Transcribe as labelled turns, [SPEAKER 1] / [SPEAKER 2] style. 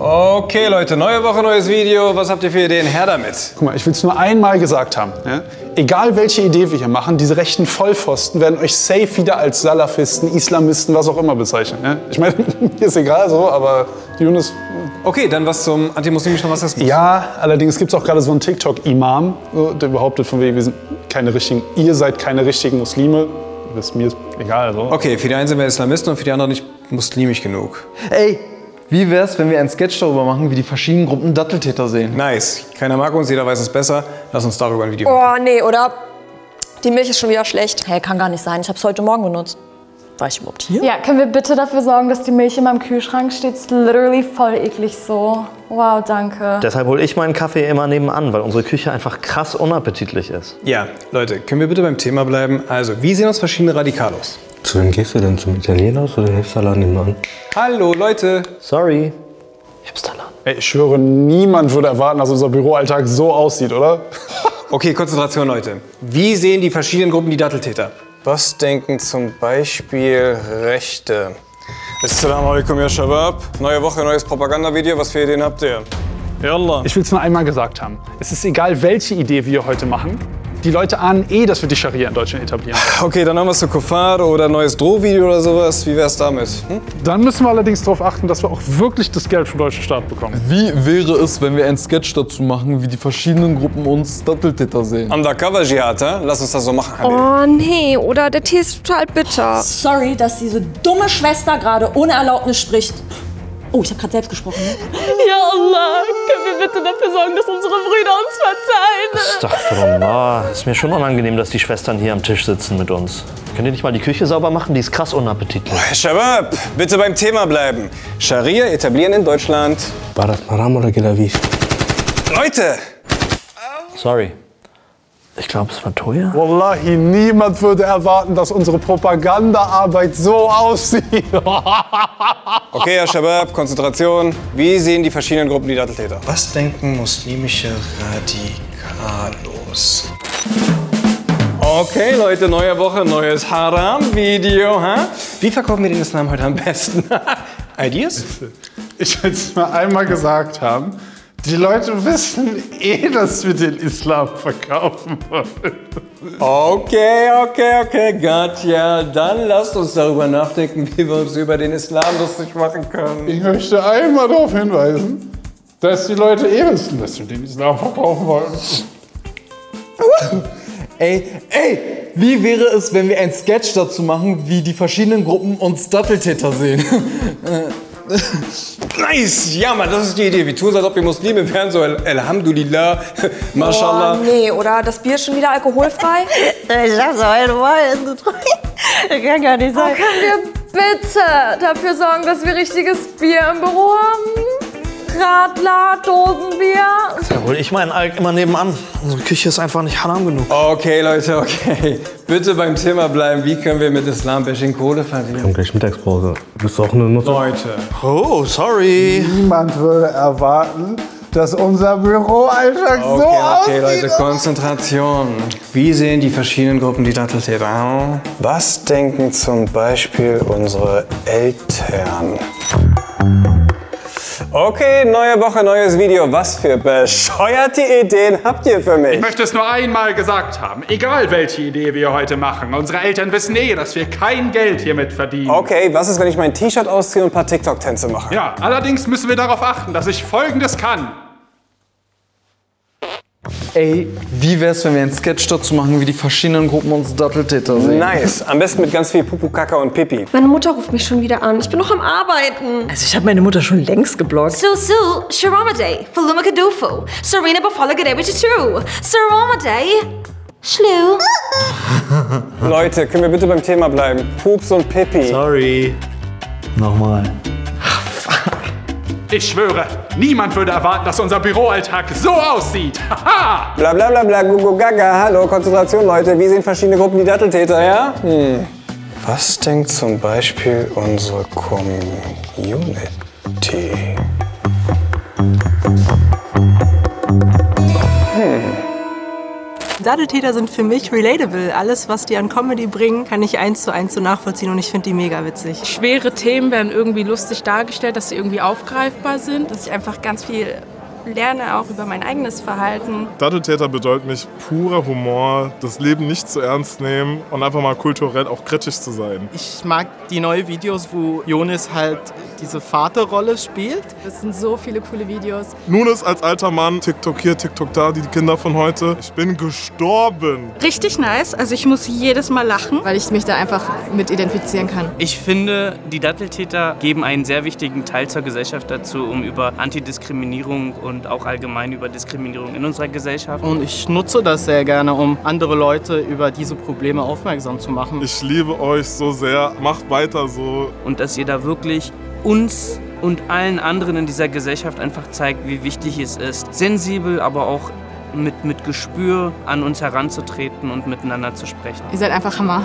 [SPEAKER 1] Okay, Leute, neue Woche, neues Video. Was habt ihr für Ideen? Her damit.
[SPEAKER 2] Guck mal, ich will es nur einmal gesagt haben. Ja? Egal welche Idee wir hier machen, diese rechten Vollpfosten werden euch safe wieder als Salafisten, Islamisten, was auch immer bezeichnen. Ja? Ich meine, mir ist egal so, aber Yunus.
[SPEAKER 1] Okay, dann was zum antimuslimischen Rassismus.
[SPEAKER 2] Ja, allerdings gibt es auch gerade so einen TikTok-Imam, so, der behauptet von wegen, wir sind keine richtigen, ihr seid keine richtigen Muslime. Das ist mir egal so.
[SPEAKER 1] Okay, für die einen sind wir Islamisten und für die anderen nicht muslimisch genug.
[SPEAKER 3] Ey, wie wär's, wenn wir einen Sketch darüber machen, wie die verschiedenen Gruppen Datteltäter sehen?
[SPEAKER 1] Nice. Keiner mag uns, jeder weiß es besser. Lass uns darüber ein Video machen.
[SPEAKER 4] Oh, nee, oder? Die Milch ist schon wieder schlecht.
[SPEAKER 5] Hey, kann gar nicht sein. Ich hab's heute Morgen benutzt. War ich überhaupt hier?
[SPEAKER 6] Ja, können wir bitte dafür sorgen, dass die Milch immer im Kühlschrank steht? Ist literally voll eklig so. Wow, danke.
[SPEAKER 7] Deshalb hole ich meinen Kaffee immer nebenan, weil unsere Küche einfach krass unappetitlich ist.
[SPEAKER 1] Ja, Leute, können wir bitte beim Thema bleiben? Also, wie sehen uns verschiedene Radikal aus?
[SPEAKER 8] Zu wem gehst du denn? Zum Italiener oder zum Hilfsalarm nebenan?
[SPEAKER 1] Hallo, Leute.
[SPEAKER 7] Sorry. Hipsterland.
[SPEAKER 2] Ey, ich schwöre, niemand würde erwarten, dass unser Büroalltag so aussieht, oder?
[SPEAKER 1] Okay, Konzentration, Leute. Wie sehen die verschiedenen Gruppen die Datteltäter?
[SPEAKER 9] Was denken zum Beispiel Rechte? Assalamu alaikum, ya Shabab. Neue Woche, neues Propagandavideo. Was für Ideen habt ihr? Yallah.
[SPEAKER 2] Ich will es nur einmal gesagt haben. Es ist egal, welche Idee wir heute machen. Die Leute ahnen eh, dass wir die Scharia in Deutschland etablieren.
[SPEAKER 1] Okay, dann haben wir es zu Kofar oder ein neues Drohvideo oder sowas. Wie wär's damit? Hm?
[SPEAKER 2] Dann müssen wir allerdings darauf achten, dass wir auch wirklich das Geld vom deutschen Staat bekommen.
[SPEAKER 3] Wie wäre es, wenn wir einen Sketch dazu machen, wie die verschiedenen Gruppen uns Datteltäter sehen?
[SPEAKER 1] Undercover Jihad, hä? lass uns das so machen. Habibi.
[SPEAKER 4] Oh, nee, oder? Der Tee ist total bitter.
[SPEAKER 5] Sorry, dass diese dumme Schwester gerade ohne Erlaubnis spricht. Oh, ich habe gerade selbst gesprochen.
[SPEAKER 6] Ja, Allah, können wir bitte dafür sorgen, dass unsere Brüder uns verzeihen?
[SPEAKER 7] Astaghfirullah. Ist mir schon unangenehm, dass die Schwestern hier am Tisch sitzen mit uns. Könnt ihr nicht mal die Küche sauber machen? Die ist krass unappetitlich.
[SPEAKER 1] Herr Shabab, bitte beim Thema bleiben. Scharia etablieren in Deutschland.
[SPEAKER 8] War das Maram oder Tel Aviv?
[SPEAKER 1] Leute!
[SPEAKER 7] Sorry. Ich glaube, es war teuer.
[SPEAKER 2] Wallahi, niemand würde erwarten, dass unsere Propagandaarbeit so aussieht.
[SPEAKER 1] Okay, Herr Shabab, Konzentration. Wie sehen die verschiedenen Gruppen die Datteltäter?
[SPEAKER 9] Was denken muslimische Radikalos?
[SPEAKER 1] Okay, Leute, neue Woche, neues Haram-Video. hä? Wie verkaufen wir den Islam heute am besten? Ideas?
[SPEAKER 2] Ich will es nur einmal gesagt haben. Die Leute wissen eh, dass wir den Islam verkaufen wollen.
[SPEAKER 1] Okay, okay, okay, gotcha. Dann lasst uns darüber nachdenken, wie wir uns über den Islam lustig machen können.
[SPEAKER 2] Ich möchte einmal darauf hinweisen, dass die Leute eh wissen, dass wir den Islam verkaufen wollen.
[SPEAKER 3] Ey, ey, wie wäre es, wenn wir einen Sketch dazu machen, wie die verschiedenen Gruppen uns Datteltäter sehen?
[SPEAKER 1] Nice! Ja, Mann, das ist die Idee. Wir tun es, als ob wir Muslime wären. So, El- Alhamdulillah,
[SPEAKER 4] Oh,
[SPEAKER 1] Mashallah.
[SPEAKER 4] nee, oder? Das Bier ist schon wieder alkoholfrei?
[SPEAKER 5] Ich hab's heute Morgen getrunken. Das kann gar nicht sein.
[SPEAKER 6] Können wir bitte dafür sorgen, dass wir richtiges Bier im Büro haben? Radler, Dosenbier.
[SPEAKER 7] Da hole ich meinen Alk immer nebenan. Unsere Küche ist einfach nicht haram genug.
[SPEAKER 1] Okay, Leute, okay. Bitte beim Thema bleiben. Wie können wir mit Islam-Bashing Kohle verdienen?
[SPEAKER 8] Und gleich Mittagspause. Bist du auch eine Nutzer?
[SPEAKER 1] Leute.
[SPEAKER 7] Oh, sorry.
[SPEAKER 2] Niemand würde erwarten, dass unser Büroalltag so
[SPEAKER 1] Okay, okay, Leute, Konzentration. Wie sehen die verschiedenen Gruppen die Datteltäter?
[SPEAKER 9] Was denken zum Beispiel unsere Eltern?
[SPEAKER 1] Okay, neue Woche, neues Video. Was für bescheuerte Ideen habt ihr für mich?
[SPEAKER 10] Ich möchte es nur einmal gesagt haben. Egal welche Idee wir heute machen, unsere Eltern wissen eh, dass wir kein Geld hiermit verdienen.
[SPEAKER 1] Okay, was ist, wenn ich mein T-Shirt ausziehe und ein paar TikTok-Tänze mache?
[SPEAKER 10] Ja, allerdings müssen wir darauf achten, dass ich Folgendes kann.
[SPEAKER 3] Ey, wie wär's, wenn wir einen Sketch dazu machen, wie die verschiedenen Gruppen uns Datteltäter sehen?
[SPEAKER 1] Nice. Am besten mit ganz viel Pupu, Kaka und Pipi.
[SPEAKER 4] Meine Mutter ruft mich schon wieder an. Ich bin noch am Arbeiten.
[SPEAKER 5] Also ich habe meine Mutter schon längst geblockt.
[SPEAKER 11] Susu, Sharamade, Faluma Kadufu, Serena Bafala Gadebichitu, Saramade, Shlu.
[SPEAKER 1] Leute, können wir bitte beim Thema bleiben? Pups und Pipi.
[SPEAKER 7] Sorry. Nochmal.
[SPEAKER 10] Ich schwöre, niemand würde erwarten, dass unser Büroalltag so aussieht. Haha!
[SPEAKER 1] Bla bla bla bla, gugu gaga. Hallo, Konzentration, Leute. Wie sehen verschiedene Gruppen die Datteltäter, ja? Hm.
[SPEAKER 9] Was denkt zum Beispiel unsere Community?
[SPEAKER 12] Satteltäter sind für mich relatable. Alles, was die an Comedy bringen, kann ich eins zu eins so nachvollziehen und ich finde die mega witzig.
[SPEAKER 5] Schwere Themen werden irgendwie lustig dargestellt, dass sie irgendwie aufgreifbar sind, dass ich einfach ganz viel lerne, auch über mein eigenes Verhalten.
[SPEAKER 13] Datteltäter bedeutet mich purer Humor, das Leben nicht zu ernst nehmen und einfach mal kulturell auch kritisch zu sein.
[SPEAKER 3] Ich mag die neuen Videos, wo Jonas halt diese Vaterrolle spielt.
[SPEAKER 5] Es sind so viele coole Videos.
[SPEAKER 13] Nunes als alter Mann, TikTok hier, TikTok da, die Kinder von heute. Ich bin gestorben.
[SPEAKER 5] Richtig nice, also ich muss jedes Mal lachen, weil ich mich da einfach mit identifizieren kann.
[SPEAKER 10] Ich finde, die Datteltäter geben einen sehr wichtigen Teil zur Gesellschaft dazu, um über Antidiskriminierung und auch allgemein über Diskriminierung in unserer Gesellschaft.
[SPEAKER 3] Und ich nutze das sehr gerne, um andere Leute über diese Probleme aufmerksam zu machen.
[SPEAKER 13] Ich liebe euch so sehr. Macht weiter so.
[SPEAKER 10] Und dass ihr da wirklich uns und allen anderen in dieser Gesellschaft einfach zeigt, wie wichtig es ist, sensibel, aber auch mit, mit Gespür an uns heranzutreten und miteinander zu sprechen.
[SPEAKER 5] Ihr seid einfach Hammer.